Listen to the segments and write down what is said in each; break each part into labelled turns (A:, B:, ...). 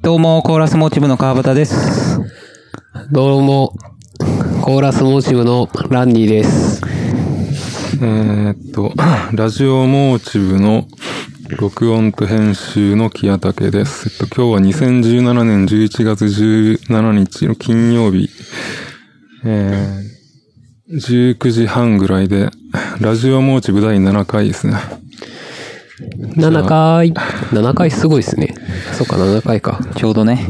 A: どうも、コーラスモチブの川端です。
B: どうも、コーラスモーシブのランニーです。
C: えーっと、 ラジオモーチブの録音と編集の木屋武です。えっと、今日は2017年11月17日の金曜日、えー、19時半ぐらいで、ラジオモーチブ第7回ですね。
B: 7回、7回すごいですね。そっか、7回か。
A: ちょうどね。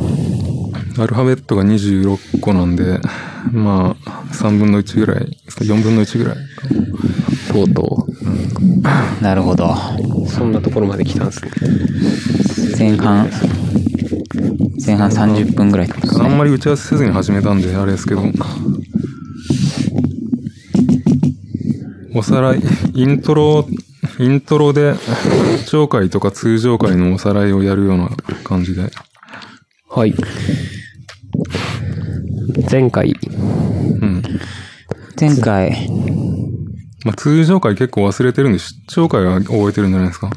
C: アルファベットが26個なんで、まあ、3分の1ぐらい、4分の1ぐらい。
B: とうと
A: なるほど。
B: う。そんなところまで来たんですね。
A: 前半、前半30分ぐらいってことです
C: あん
A: ね。
C: まり打ち合わせせずに始めたんで、あれですけど。おさらい、イントロ、イントロで、超回とか通常回のおさらいをやるような感じで。
B: はい。前回、
C: うん。
A: 前回、
C: まあ、通常回結構忘れてるんで、出張回は覚えてるんじゃないですか。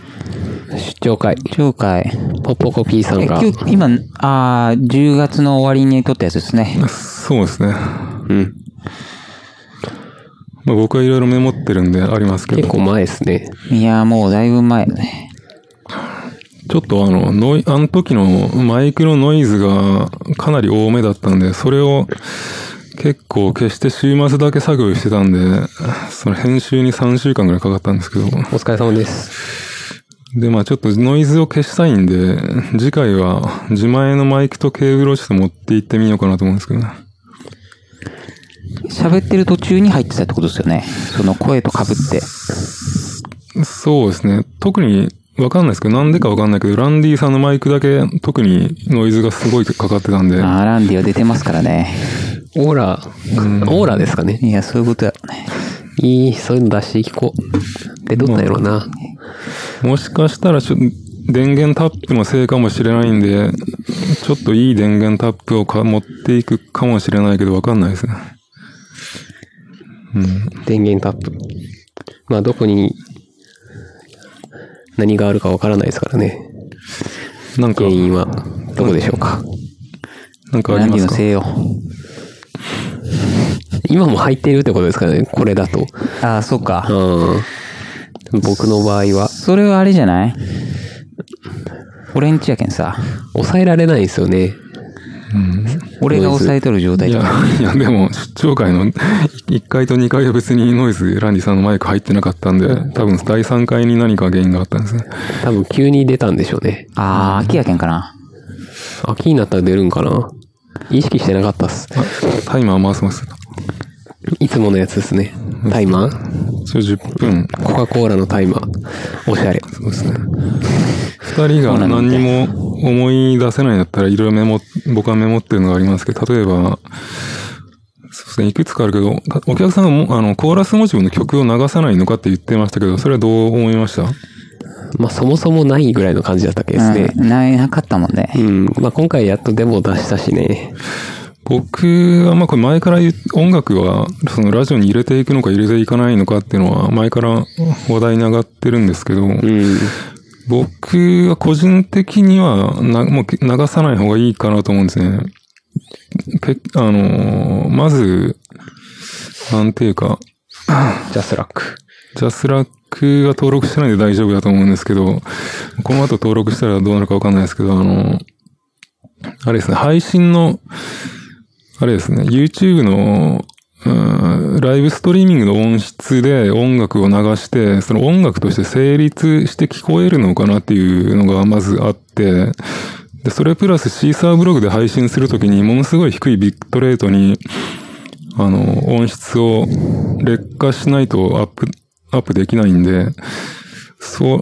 B: 出張会、
A: 上回、
B: ポッポコピーさ
A: え
B: んが、
A: 今日今、あー10月の終わりに撮ったやつですね。
C: そうですね。
B: うん。
C: まあ、僕はいろいろメモってるんでありますけど
B: 結。構前ですね。
A: いやーもうだいぶ前だね。
C: ちょっとあの、ノイ、あの時のマイクのノイズがかなり多めだったんで、それを結構消して週末だけ作業してたんで、その編集に3週間ぐらいかかったんですけど、
B: お疲れ様です。
C: でまあちょっとノイズを消したいんで、次回は自前のマイクとケーブルをちょっと持って行ってみようかなと思うんですけどね。
A: 喋ってる途中に入ってたってことですよね。その声と被って。
C: そうですね。特にわかんないですけど、なんでかわかんないけど、ランディさんのマイクだけ特にノイズがすごいかかってたんで、
A: あーランディは出てますからね。
B: オーラ、オーラですかね。
A: いや、そういうことだね。
B: いい、そういうの出していこう。で、どうなんやろうな。
C: もしかしたらちょ、電源タップのせいかもしれないんで、ちょっといい電源タップをか持っていくかもしれないけど、わかんないですね。
B: 電源タップ。まあ、どこに、何があるかわからないですからね。
C: なんか
B: 原、因はどこでしょうか。
C: なんかあ
A: ラ
C: り
A: ン
C: ま
A: デ
C: す
A: ィの
C: か
A: せいよ。
B: 今も入ってるってことですからね、これだと。
A: あーそうか。
B: うん。僕の場合は、
A: それはあれじゃない俺んちやけんさ。
B: 抑えられないんですよね。
A: 俺が抑えとる状態
C: い
A: と
C: や
A: か。、
C: いや、でも、出張会の1回と2回は別にノイズ、ランディさんのマイク入ってなかったんで、多分第3回に何か原因があったんですね。
B: 多分急に出たんでしょうね。
A: あー、秋やけんかな。
B: 秋になったら出るんかな意識してなかったっす。
C: あタイマー回せます。
B: いつものやつですね。タイマー
C: それ10分。
B: コカ・コーラのタイマー。おしゃれ。
C: そうですね。二人が何にも思い出せないんだったら、いろいろメモ、僕はメモってるのがありますけど、例えば、そうですね、いくつかあるけど、お客さんがもあの、コーラスモチブの曲を流さないのかって言ってましたけど、それはどう思いました
B: まあそもそもないぐらいの感じだったっけですね。
A: うんない、なかったもんね
B: う。ん。まあ今回やっとデモを出したしね。
C: 僕は、まあ、これ前から言う音楽は、そのラジオに入れていくのか入れていかないのかっていうのは、前から話題に上がってるんですけど、
B: うん。
C: 僕は個人的にはな、もうけ流さない方がいいかなと思うんですね。けあのーまず、なんていうか、
B: ジャスラック。
C: ジャスラックが登録してないんで大丈夫だと思うんですけど、この後登録したらどうなるかわかんないですけど、あの、あれですね、配信の、あれですね、YouTube の、うんライブストリーミングの音質で音楽を流して、その音楽として成立して聞こえるのかなっていうのがまずあって、で、それプラスシーサーブログで配信するときにものすごい低いビットレートに、あの、音質を劣化しないとアップ、アップできないんで、そ、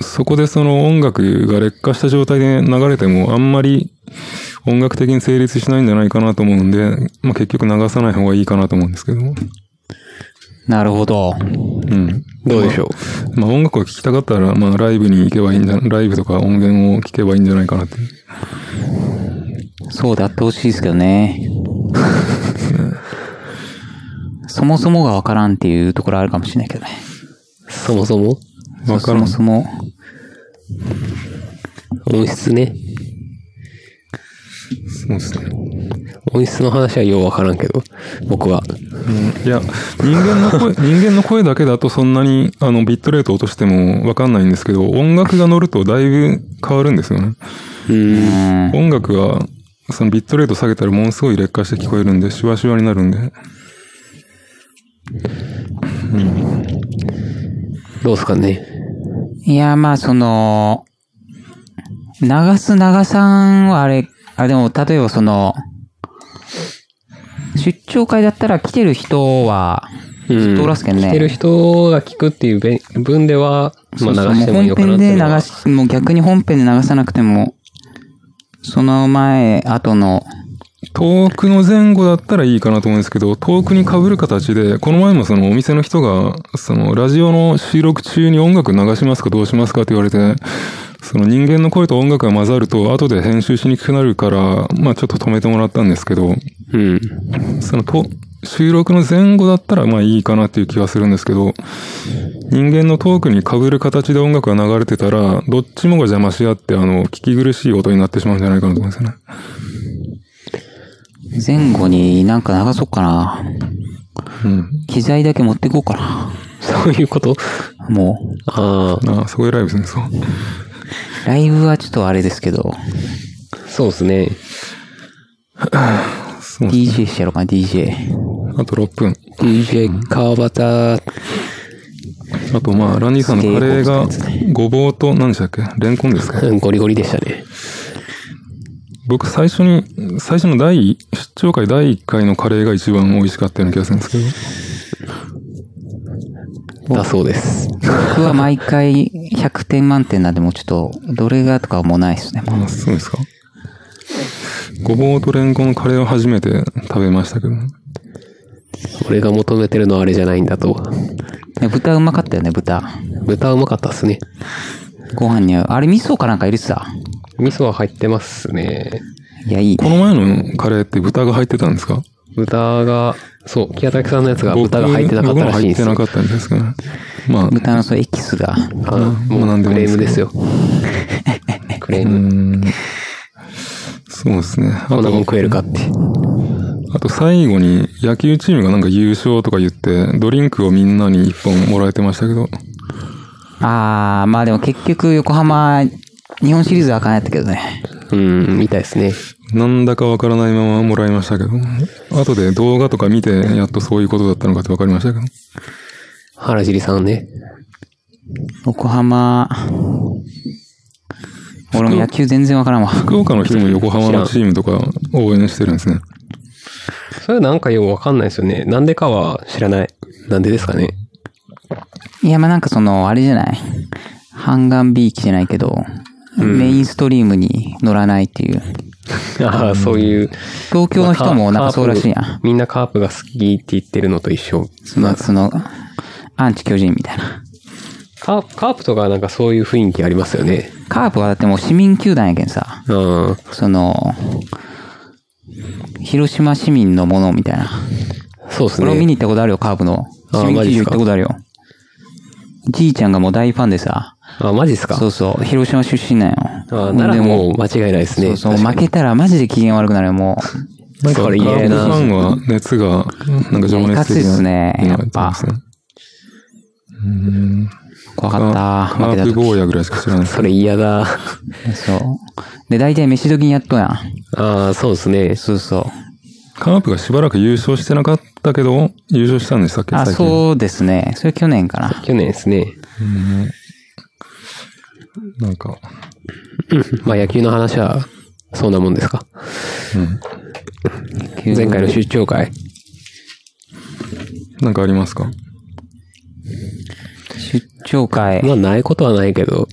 C: そこでその音楽が劣化した状態で流れてもあんまり音楽的に成立しないんじゃないかなと思うんで、まあ、結局流さない方がいいかなと思うんですけど。
A: なるほど。
C: うん。
B: どうでしょう。
C: まあ、音楽を聴きたかったら、まあ、ライブに行けばいいんじゃ、ライブとか音源を聴けばいいんじゃないかなって。
A: そうであってほしいですけどね。そもそもがわからんっていうところあるかもしれないけどね。
B: そもそも
C: わ
A: そ
C: からん
A: も。そも、
B: 音質ね。
C: そうですね。
B: 音質の話はようわからんけど、僕は。
C: うんいや、人間の声、 人間の声だけだとそんなに、あの、ビットレート落としてもわかんないんですけど、音楽が乗るとだいぶ変わるんですよね。
B: うん。
A: うん。
C: 音楽は、そのビットレート下げたらものすごい劣化して聞こえるんで、シワシワになるんで。
B: どうすかね。
A: いや、まあ、その、流す長さんはあれ、あ、でも、例えばその、出張会だったら来てる人は、ずっとおらすけんね。
B: 来てる人が聞くっていうべ分では、ま
A: そうそう
B: あ流してもいいのかな
A: もう
B: っ
A: 本
B: てい
A: 編
B: う
A: で
B: のは
A: 流し、もう逆に本編で流さなくても、その前、後の、
C: 遠くの前後だったらいいかなと思うんですけど、遠くに被る形で、この前もそのお店の人が、そのラジオの収録中に音楽流しますかどうしますかって言われて、その人間の声と音楽が混ざると、後で編集しにくくなるから、まあちょっと止めてもらったんですけど、
B: うん。
C: そのと、収録の前後だったらまあいいかなっていう気はするんですけど、人間のトークに被る形で音楽が流れてたら、どっちもが邪魔し合って、あの、聞き苦しい音になってしまうんじゃないかなと思うんですよね。
A: 前後になんか流そうかな。
C: うん。
A: 機材だけ持ってこうかな。
B: そういうこと
A: も
B: あ
C: ああ、そこでライブするんですか。
A: う、ライブはちょっとあれですけど、
B: あ、そうですね。
C: そう。
A: DJ してやろうかな、DJ。
C: あと6分。
B: DJ 川端、
C: あと、まあ、ランディさんのカレーが、ごぼうと、何でしたっけレンコンですか
B: うんゴリゴリでしたね。
C: 僕、最初に、最初の第、出張会第1回のカレーが一番美味しかったような気がするんですけど。
B: だそうです。
A: 僕は毎回100点満点なんで、もうちょっと、どれがとかはもうないですね。
C: あ、そうですか。ごぼうとレンコンのカレーを初めて食べましたけど。
B: 俺が求めてるのはあれじゃないんだと。
A: ね豚うまかったよね、豚。
B: 豚うまかったっすね。
A: ご飯に合う。あれ、味噌かなんか入れてた
B: 味噌は入ってますね。
A: いや、いい
C: こ
A: ね。
C: の前のカレーって豚が入ってたんですか
B: 豚が、そう、木畑さんのやつが豚が入ってなかったらしいんですよ。
C: 僕も入ってなかったんですかね。まあ、
A: 豚のそのエキスが。
B: あ
C: まあ
B: も
C: なん
B: う
C: でも
B: ク
C: いい
B: レ
C: で
B: ー
C: す
B: ム
C: けど
B: ですよ。クレー
C: う
B: ム。
C: ん。そうですね。あ
B: こんなもん
C: と、
B: 食えるかって。
C: あと最後に野球チームがなんか優勝とか言って、ドリンクをみんなに一本もらえてましたけど。
A: あー、まあでも結局横浜、日本シリーズはあかんやったけどね。
B: うん、みたいですね。
C: なんだかわからないままもらいましたけど。後で動画とか見て、やっとそういうことだったのかってわかりましたけど。
B: 原尻さんね。
A: 横浜、俺も野球全然わからんわ。
C: 福岡の人も横浜のチームとか応援してるんですね。
B: それなんかよくわかんないですよね。なんでかは知らない。なんでですかね。
A: いや、まあなんかその、あれじゃない。半眼 B 機じゃないけど、メインストリームに乗らないっていう。
B: ああ、そういう。
A: 東京の人もなんかそうらしいや
B: カープ
A: ん。
B: みんなカープが好きって言ってるのと一緒。
A: その、その、アンチ巨人みたいな。
B: カープ、カープとかなんかそういう雰囲気ありますよね。
A: カープはだってもう市民球団やけんさ。
B: うん。
A: その、広島市民のものみたいな。
B: そうです
A: 俺も見
B: ね。
A: に行ったことあるよ、カープの。
B: あ
A: 市民
B: マ
A: 球
B: ジっす
A: 場行っ
B: か
A: たことあるよ。じいちゃんがもう大ファンでさ。
B: あ、マジっすか。
A: そうそう、広島出身なんよ。
B: あなら
A: で
B: もう間違いないです
A: そ
B: ね。
A: うそう、負けたらマジで機嫌悪くなるよ、も
B: なんかこれ
C: カ
B: 言
C: ー
B: え
C: プファ
B: な。
C: ンは熱が、なんか情熱
A: いやいかついっ
C: 的
A: すね
C: な。
A: やっぱ
C: ねうん。
A: う。怖かった。
C: カ
A: 負け
C: ー
A: た
C: プ
A: 時。
C: ゴーヤぐらいしか知らないです
B: それ嫌だ。
A: そう。で、大体飯時にやっとやん。
B: ああ、そうですね。
A: そうそう。
C: カープがしばらく優勝してなかったけど、優勝したんでしたっけ
A: あ、
C: 最近
A: そうですね。それ去年かな。
B: 去年ですね。
C: なんか、
B: まあ野球の話は、そんなもんですか。前回の出張会。
C: なんかありますか
A: 出張会。
B: まあないことはないけど。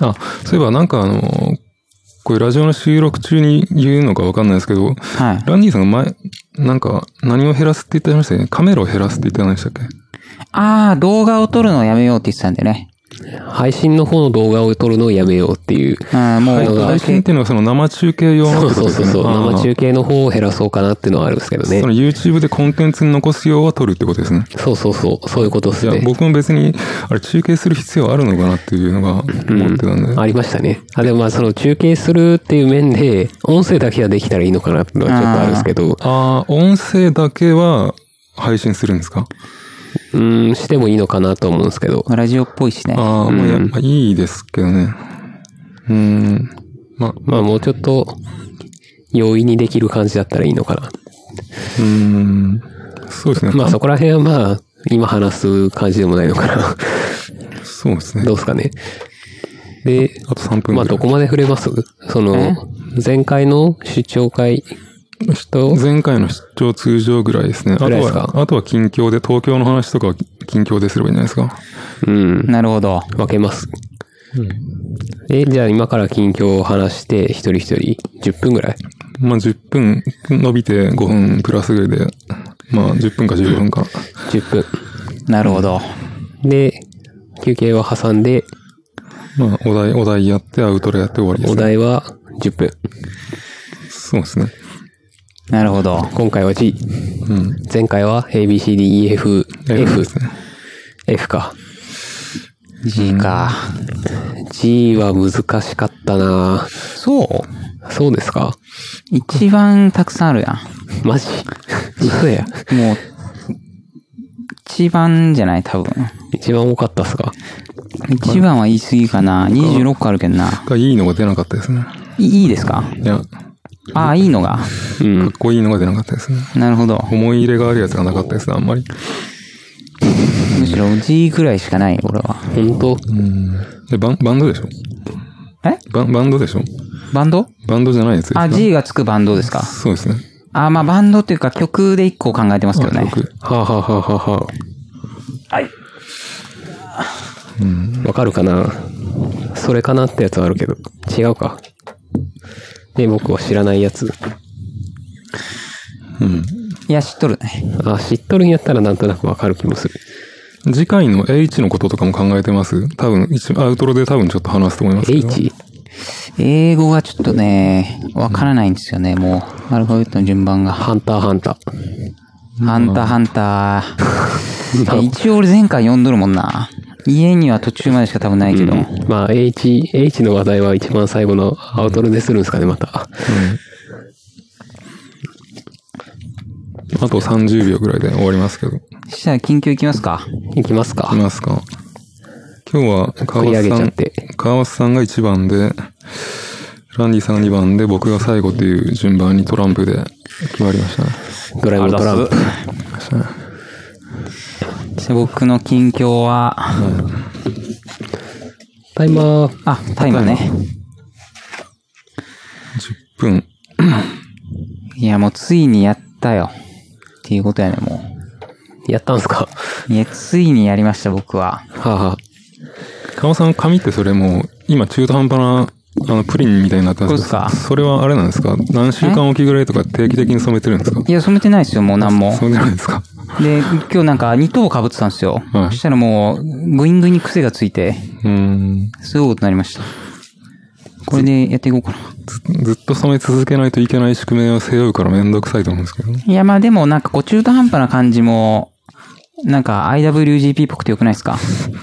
C: あ、そういえばなんかあの、これラジオの収録中に言うのかわかんないですけど、
A: はい。
C: ランディさんが前、なんか、何を減らすって言ってましたよね。カメラを減らすって言ってましたっけ
A: あー、動画を撮るのをやめようって言ってたんでね。
B: 配信の方の動画を撮るのをやめようっていう。
A: あーもう、
B: はい
C: 配信っていうのはその生中継用の
B: そう
C: ってこ
B: そ
C: と
B: う
C: です
B: そう
C: よね
B: そう。
C: あー
B: 生中継の方を減らそうかなっていうのはあるんですけどね
C: そ。の YouTube でコンテンツに残す用は取るってことですね。
B: そうそうそう。そういうことで
C: い
B: す
C: や
B: ね、。
C: 僕も別に、あれ中継する必要あるのかなっていうのが思ってたんで。
B: ありましたね。あ、でもまあその中継するっていう面で、音声だけはできたらいいのかなっていうのはちょっとあるんですけど、
C: ああ、音声だけは配信するんですか
B: うーん、してもいいのかなと思うんですけど。
A: ラジオっぽいしね。
C: ああ、まあ、やっぱいいですけどね。うーん。まあ、
B: まあもうちょっと、容易にできる感じだったらいいのかな。
C: うーん。そうですね。
B: まあそこら辺はまあ、今話す感じでもないのかな。
C: そうですね
B: ど。うですかね。で、
C: あと3分ぐらい。
B: まあどこまで触れますそ
A: え
B: の、前回の出張会と、
C: 前回の出張通常ぐらいですね。あと
B: ぐらいですか
C: は、あとは近況で、東京の話とかは近況ですればいいんじゃないですか。
B: うん、
A: なるほど。
B: 分けます。え、じゃあ今から近況を話して、一人一人、10分ぐらい。
C: まあ10分、伸びて5分プラスぐらいで、まあ10分か15分か。
B: 10
A: なるほど。
B: 分。で、休憩を挟んで、
C: まあお題、お題やってアウトレやって終わりで
B: お
C: すね。
B: 題は10分。
C: そうですね。
A: なるほど。
B: 今回は G。
C: うん。
B: 前回は ABCDEF、
C: F
B: F
C: で、すね。
B: F か。
A: G か。
B: G は難しかったな
A: そう
B: そうですか
A: 一番たくさんあるやん。
B: マジ 嘘や。
A: もう、一番じゃない多分。
B: 一番多かったっすか
A: 一番は言い過ぎかな。26個あるけどな。
C: がいいのが出なかったですね。
A: いいいですか
C: いや、か
A: ああ、いいのが。
B: うん
C: っ。こいいのが出なかったですね。
A: なるほど。
C: 思い入れがあるやつがなかったですね、あんまり。
A: むしろ G くらいしかない、俺は。
B: 本当
C: で、バンバンドでしょ
A: え
C: バンバンドでしょ
A: バンド
C: バンドじゃないやつですね
A: あ、G がつくバンドですか。
C: そうですね。
A: あ、まあバンドっていうか曲で一個考えてますけどね。
C: 僕
B: はあ、はあはあはあは
A: はい。
B: あ、わかるかなそれかなってやつはあるけど。違うか。で、僕は知らないやつ。
A: いや、知っとるね。
B: あ、知っとるんやったらなんとなくわかる気もする。
C: 次回の H のこととかも考えてます多分、一アウトロで多分ちょっと話すと思いますけど。
B: H?
A: 英語がちょっとね、わからないんですよね、もう。アルファベットの順番が。
B: ハンターハンター。
A: ハンターハンタ ー。一応俺前回読んどるもんな。家には途中までしか多分ないけど。
B: まあ、H、H の話題は一番最後のアウトロでするんですかね、また。
C: あと30秒ぐらいで終わりますけど。
A: したら緊急行きますか。
B: いきますか
C: い。ますか今日は川
B: 繰り上
C: 端
B: げ
C: さ
B: ちゃっ
C: ん、
B: て。
C: 川端さんが1番で、ランディさんが2番で、僕が最後という順番にトランプで決まりましたね。
B: ドラえもんトランプ。
A: そして僕の近況は、
B: タイマー。
A: あ、タイマーね。
C: 10分。
A: いや、もうついにやったよ。っていうことやね、も
B: やったんすか
A: う。いや、ついにやりました、僕は。
B: はあ、は
C: 川端さん、紙ってそれもう、今中途半端な、あの、プリンみたいになってますけ
A: そうっ
C: ど、
A: すか
C: それはあれなんですか何週間おきぐらいとか定期的に染めてるんですか
A: いや、染めてないですよ、もう何も。
C: そうじゃないですか。
A: で、今日なんかニット帽被ってたんですよ。
C: はい
A: そしたらもう、グイングインに癖がついて、
C: うーん
A: すごいことになりました。これでやっていこうかな。
C: ず。ずっと染め続けないといけない宿命を背負うからめんどくさいと思うんですけど。
A: いや、まあでもなんかこう中途半端な感じも、なんか IWGP っぽくてよくないですか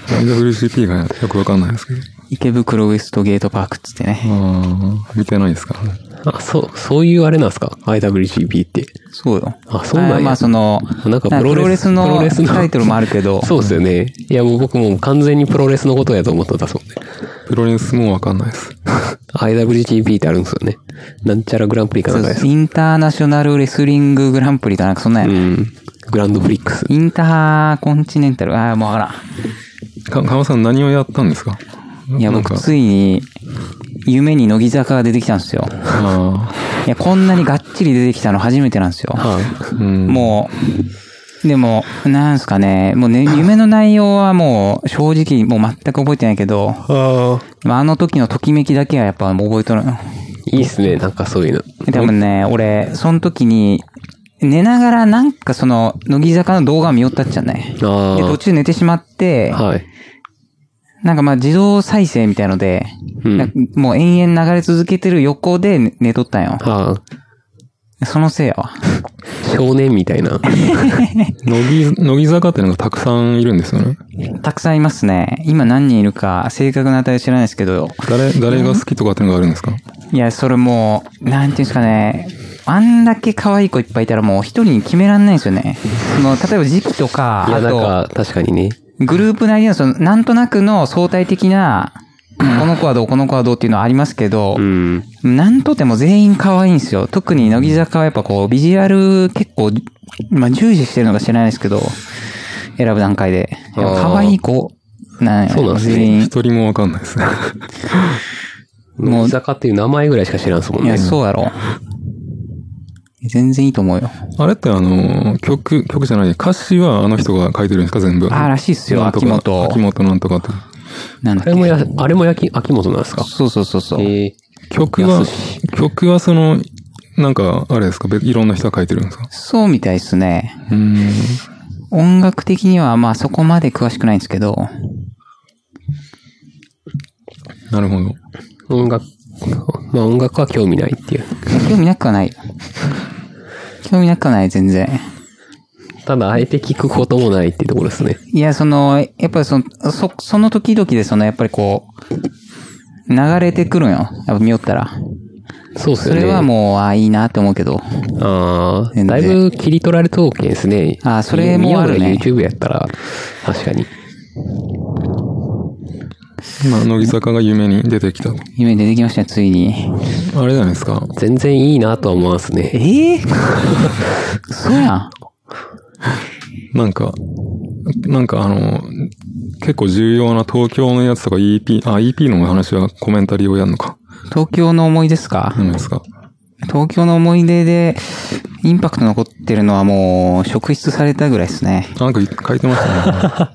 C: WCP がよくわかんないですけど。
A: 池袋ウエストゲートパークっつってね。
C: ああ、見てないですからね。
B: あ。あ、そう、そういうあれなんすか ?IWGP って。
A: そうよ。
B: あそうなんや
A: まあその、
B: なんかプ
A: プ
B: ロ
A: ロ
B: レ
A: レ
B: ス
A: ス
B: プロ
A: の
B: レスの
A: タイトルもあるけど、
B: そうですよね。いや、もう僕もう完全にプロレスのことやと思ってたそうね。
C: プロレスもわかんないです。
B: IWGP ってあるんですよね。なんちゃらグランプリか
A: そ
B: なんか
A: うで
B: ですす。
A: インターナショナルレスリンググランプリかなんかそんなん
B: う
A: や、
B: ん。グランドブリックス。
A: インターコンチネンタル、ああ、もうわからん。
C: か、かまさん何をやったんですか
A: いや、
C: なん
A: 僕
C: か、
A: ついに、夢に乃木坂が出てきたんですよ。
C: あ
A: いや、こんなにがっちり出てきたの初めてなんですよ。
B: は
C: あ、うん。
A: もう、でも、なんすかね、もうね、夢の内容はもう、正直、もう全く覚えてないけど、
B: あ。はあ。
A: まああの時のときめきだけはやっぱもう覚えとるの。
B: いいっすね、なんかそういうの。
A: 多分ね、俺、その時に、寝ながらなんかその、乃木坂の動画を見よったっちゃね。
B: あ
A: で、
B: あ
A: 途中寝てしまって、
B: はい。
A: なんかまあ自動再生みたいので、
B: うん
A: なもう延々流れ続けてる横で寝寝とったんよ。
B: ああ、
A: そのせいやわ。
B: 少年みたいな。
C: 乃木、乃木坂っていうのがたくさんいるんですよね。
A: たくさんいますね。今何人いるか正確な値は知らないですけど、
C: 誰、誰が好きとかっていうのがあるんですか
A: いや、それもう、なんていうんですかね、あんだけ可愛い子いっぱいいたらもう一人に決めらんないんですよね。その、例えば時期とか、
B: いや、
A: あ
B: なん
A: と、
B: か、確かにね。
A: グループ内でのその、なんとなくの相対的な、この子はどう、この子はどうっていうのはありますけど
B: う、ん。
A: なんとでも全員可愛いんですよ。特に乃木坂はやっぱこう、ビジュアル結構、まあ重視してるのか知らないですけど、選ぶ段階で。
B: あー
A: やっぱ可愛い子、なんや
B: そうなんですね
A: 全員。
C: 一人もわかんないですね。
A: もう
B: 乃木坂っていう名前ぐらいしか知らんすもん
A: い
B: ね
A: や、。そうやろ。全然いいと思うよ。
C: あれってあの、曲、曲じゃない、歌詞はあの人が書いてるんですか全部。
A: あーらしいっすよ
C: なんとか
A: 秋元
C: 秋元なんとかって。
A: なん
B: あ
A: だ
B: れ
A: っ
B: もや、あれもやき、秋元なんです
A: け
B: か
A: そうそうそうそう。
B: ええ。
C: 曲は
B: 安、
C: 曲はその、なんか、あれですか別いろんな人が書いてるんですか
A: そうみたいですね。
C: うーん。
A: 音楽的にはまあそこまで詳しくないんですけど、
C: なるほど。
B: 音楽、まあ音楽は興味ないっていう。
A: 興味なくはない。興味なくはない、全然。
B: ただ、あえて聞くこともないっていうところですね。
A: いや、その、やっぱりその、そ、その時々でその、やっぱりこう、流れてくるんよ。やっぱ見よったら。
B: そうっす
A: そ
B: よね。
A: れはもう、ああ、いいなって思うけど。
B: ああ、
A: 全然
B: だいぶ切り取られとうけんですね。
A: あーそれもあるね
B: 見ようが YouTube やったら、確かに。
C: まあ、乃木坂が夢に出てきた。
A: 夢に出てきましたよ、ついに。
C: あれじゃないですか。
B: 全然いいなとは思いますね。
A: ええそうやん。
C: なんか、なんかあの、結構重要な東京のやつとか EP、あ、EP の話はコメンタリーをやるのか。
A: 東京の思い出ですか
C: じゃないですか。
A: 東京の思い出で、インパクト残ってるのはもう、職質されたぐらいですね。
C: なんか書いてましたね。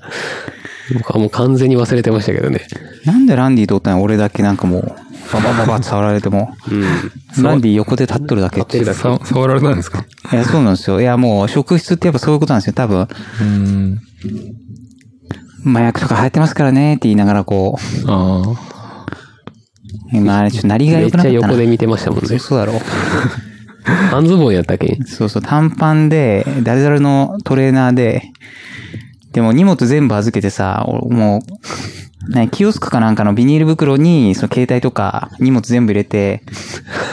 B: 僕はもう完全に忘れてましたけどね。
A: なんでランディとおったんや俺だけなんかもう、ババババって触られても。 ランディ横で立っとるだけっていう。
B: 立っ
C: さ触られたんですか
A: いや、そうなんですよ。いや、もう、職質ってやっぱそういうことなんですよ。多分、
C: うーん。
A: 麻薬とか流行ってますからねって言いながらこ
C: あ
A: う、今あれちょっとなりが
B: め
A: 良
B: っ
A: く
B: ち
A: な
B: ゃ
A: かったな。
B: 横で見てましたもん
A: そう
B: ね。
A: そうだろう。
B: 半ズボンやったけん。
A: そうそう、短パンで、ダルダルのトレーナーで、でも荷物全部預けてさ、俺もう、ね、キオスクかなんかのビニール袋に、その携帯とか荷物全部入れて、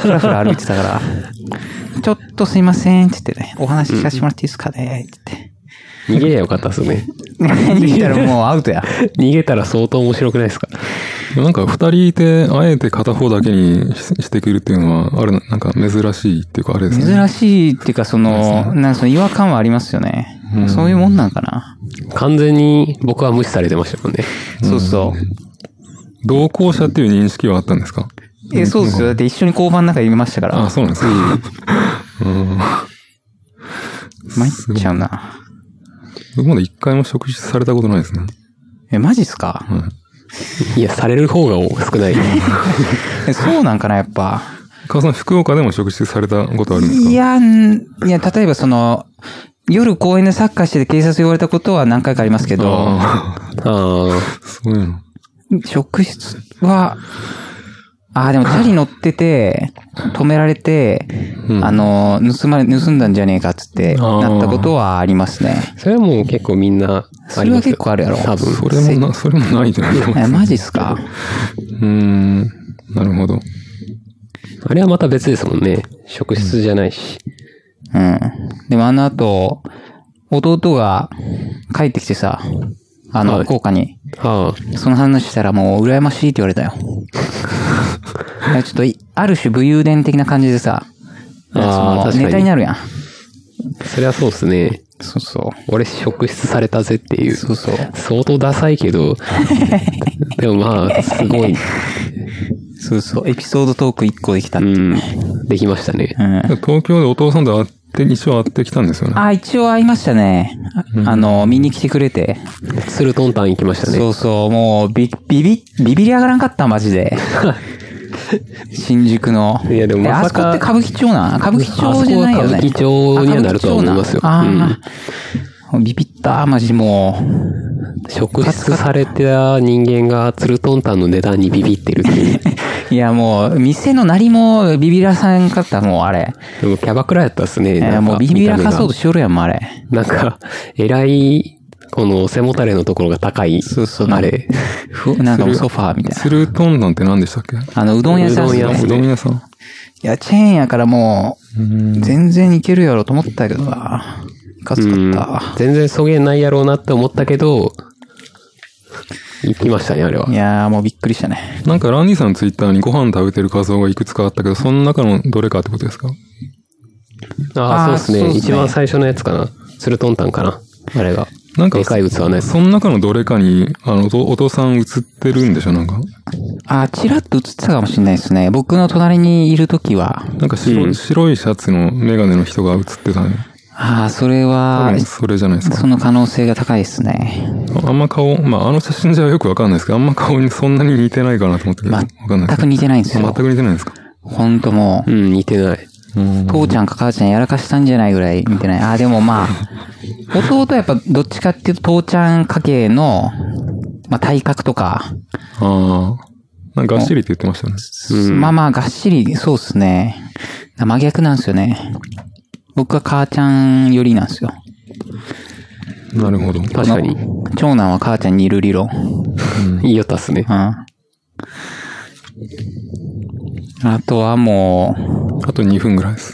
A: ふらふら歩いてたから、ちょっとすいませんって言ってね、お話しさせてもらっていいですかねって言って。
B: 逃げりゃよかったっすね。
A: 逃げたらもうアウトや。
B: 逃げたら相当面白くないですか
C: あ。なんか二人いて、あえて片方だけにししてくるっていうのは、ある、なんか珍しいっていうか、あれですね。
A: 珍しいっていうか、その、なんかその違和感はありますよね。そういうもんなんかな。
B: 完全に僕は無視されてましたもんね。
A: そうそう。
C: 同行者っていう認識はあったんですか
A: え、そうですよ。だって一緒に交番の中にいましたから。
C: あ、そう なんですか。うん。
A: 参っちゃうな。
C: 僕まだ一回も食事されたことないですね。
A: え、マジっすか
C: はい
B: や、される方が少ない。
A: え、そうなんかな、やっぱ。
C: 川さん、福岡でも食事されたことあるんですか
A: いや、んいや、例えばその、夜公園でサッカーしてて警察言われたことは何回かありますけど、
C: あ
B: ああ、
C: あ、そういうの。
A: 職質は、ああ、でもチャリ乗ってて、止められて、あの、盗まれ、盗んだんじゃねえかっつって、
C: あー
A: なったことはありますね。
B: それはもう結構みんなあ
A: そ
B: り
A: れ
B: ま
A: は
B: すよ
A: 結構あるやろ。
B: 多分。
C: それもな、それもないじゃないですか。
A: え、マジっすか
C: うーん。なるほど。
B: あれはまた別ですもんね。職質じゃないし。
A: うん。でもあの後、弟が帰ってきてさ、あ
B: は
A: の、
B: い
A: 福岡に、
B: ああ、
A: その話したらもう羨ましいって言われ たよ。いやちょっとい、ある種武勇伝的な感じでさ、
B: あー
A: なん
B: 確か
A: かその
B: に
A: ネタになるやん。
B: そりゃそうっすね。
A: そうそ
B: 俺、職質されたぜっていう。
A: そうそう
B: 相当ダサいけど、でもまあ、すごい、
A: う。そうそう。エピソードトーク1個できた。
B: う
A: うん。
B: ん、できましたね。
C: 東京でお父さんと会って、一応会ってきたんですよね。
A: あ、一応会いましたね。ああの、見に来てくれて。
B: ツルトンタン行きましたね。
A: そうそう、もう、ビ、ビビ、ビビり上がらんかった、マジで。 新宿の。
B: いやでも
A: え
B: まさか
A: あそこって歌舞伎町なん歌舞伎町じゃないよね。
B: あそこは歌舞伎町にはなるとは思いますよ
A: あ歌舞伎町なんあー、ビビった、マジもう。
B: 職質された人間がツルトンタンの値段にビビってるっていう。
A: いや、もう、 店のなりもビビらさんかった、もうあれ。
B: でもキャバクラやったっすね。
A: い
B: なん
A: や
B: か
A: もうビビらかそうと
B: 見
A: しよるやん、もうあれ。
B: た目がなんか、偉い、この背もたれのところが高い。
A: そうそう
B: あれ。
A: ふなんかもうソファーみ たい
C: スルートンなんて何でしたっけ
A: な。あの、うどん屋さんっす
B: うどん屋
A: ね。
C: うどん屋さん。
A: いや、チェーンやからも
C: う
A: う、
C: ん
A: 全然いけるやろと思ったけどな。いかつかった。。
B: 全然そげないやろうなって思ったけど、行きましたね、あれはい
A: やー、もうびっくりしたね。
C: なんかランディさんのツイッターにご飯食べてる画像がいくつかあったけど、その中のどれかってことですか
B: あ
A: あー
B: あ、そうです
A: そう
B: ね。
A: っすね
B: 一番最初のやつかな。ツルトンタンかな。あれが。
C: なんか
B: でかい器のやつ。
C: その中のどれかに、あの、お父お父さん映ってるんでしょなんか。
A: あ、ちらっと映ってたかもしれないですね。僕の隣にいるときは。
C: なんか白,、
B: うん
C: 白いシャツのメガネの人が映ってたね。
A: ああ、それ
C: 多
A: は
C: 分、それじゃないですか。
A: その可能性が高いですね。
C: ああんま顔、まあ、あの写真じゃよくわかんないですけど、あんま顔にそんなに似てないかなと思ってるわかんないです
A: 全
C: け
A: く
C: ど。
A: 似てないんです
C: あ
A: よ
C: 全。く似てないんですか
A: ほんともう
B: う、ん、似てない。
C: うん
A: 父ちゃんか母ちゃんやらかしたんじゃないぐらい似てない。ああ、でもまあ、弟はやっぱどっちかっていうと父ちゃん家系の、まあ体格とか、
C: ああ。なんかがっしりって言ってましたね。
A: まあまあがっしり、そうっすね。真逆なんですよね。僕は母ちゃん寄りなんですよ。
C: なるほど。
B: 確かに。
A: 長男は母ちゃんにいる理論。
B: いいよったっすね
A: う。ん。あとはも
C: あと2分ぐらいです。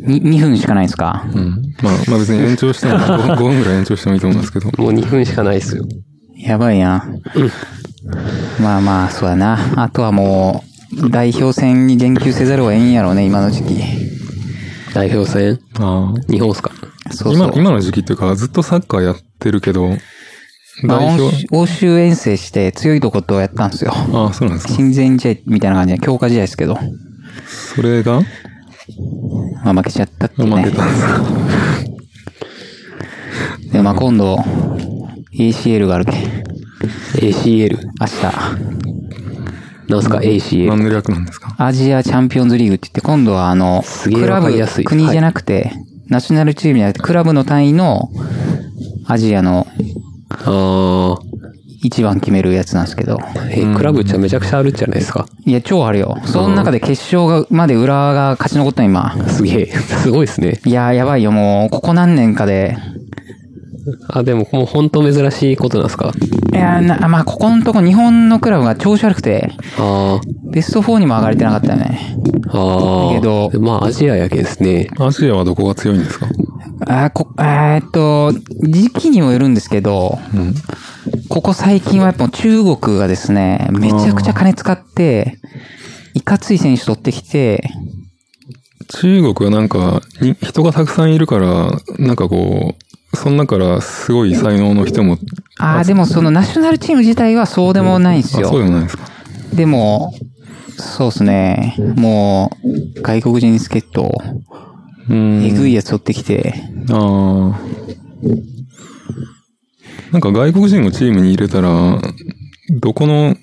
A: う、に2分しかないですか
C: うん。まあ、まあ別に延長しても 5, 分ぐらい延長してもいいと思いますけど。
B: もう2分しかないっすよ。
A: やばいな。まあまあ、そうやな。あとはもう、代表戦に言及せざるを得んやろうね、今の時期。
B: 代表戦
C: ああ。
B: 日本っすか
A: そうそ
C: 今
A: う
C: の、。今の時期っていうか、ずっとサッカーやってるけど、
A: まあ、
C: 代
A: 欧
C: 表、
A: 州欧州遠征して強いとことやったんですよ。
C: ああ、そうなんですか。
A: 親善試合みたいな感じで、強化試合ですけど。
C: それが
A: まあ負けちゃったっていう
C: 負け
A: ね。
C: たんですか。
A: で、まあ今度、ACL があるけ。
B: ?ACL。
A: 明日。
B: なんすか ?ACL。
C: 何の略なんですか
A: アジアチャンピオンズリーグって言って、今度はあの、
B: すげえ
A: クラ
B: わか
A: ブ
B: りやす、い
A: 国じゃなくて、ナショナルチームじゃなくて、クラブの単位の、アジアの
B: あ
A: 一番決めるやつなんですけど。
B: ー。え、クラブっちゃめちゃくちゃあるじゃないですか。
A: いや、超あるよ。その中で決勝が、まで浦和が勝ち残った今。
B: すげえ。 すごいっすね。
A: いや、やばいよ、もう、ここ何年かで。
B: あ、でももうほんと珍しいことなんすか
A: いや、な、まあ、ここのとこ日本のクラブが調子悪くて、
B: あー。
A: ベスト4にも上がれてなかったよね。
B: あー。
A: けど
B: まあアジアやけんですね。
C: アジアはどこが強いんですか
A: あーこ、えーっと、時期にもよるんですけど、
C: うん。
A: ここ最近はやっぱ中国がですね、めちゃくちゃ金使って、いかつい選手取ってきて、
C: 中国はなんか、に人がたくさんいるから、なんかこう、その中からすごい才能の人も、
A: ああ、でもそのナショナルチーム自体はそうでもないんです
C: あそう
A: よ。
C: でもないですか。
A: でも、そうですね。もう、外国人助っ人、
C: うん。
A: えぐいやつ取ってきて、
C: ああ。なんか外国人をチームに入れたら、どこの、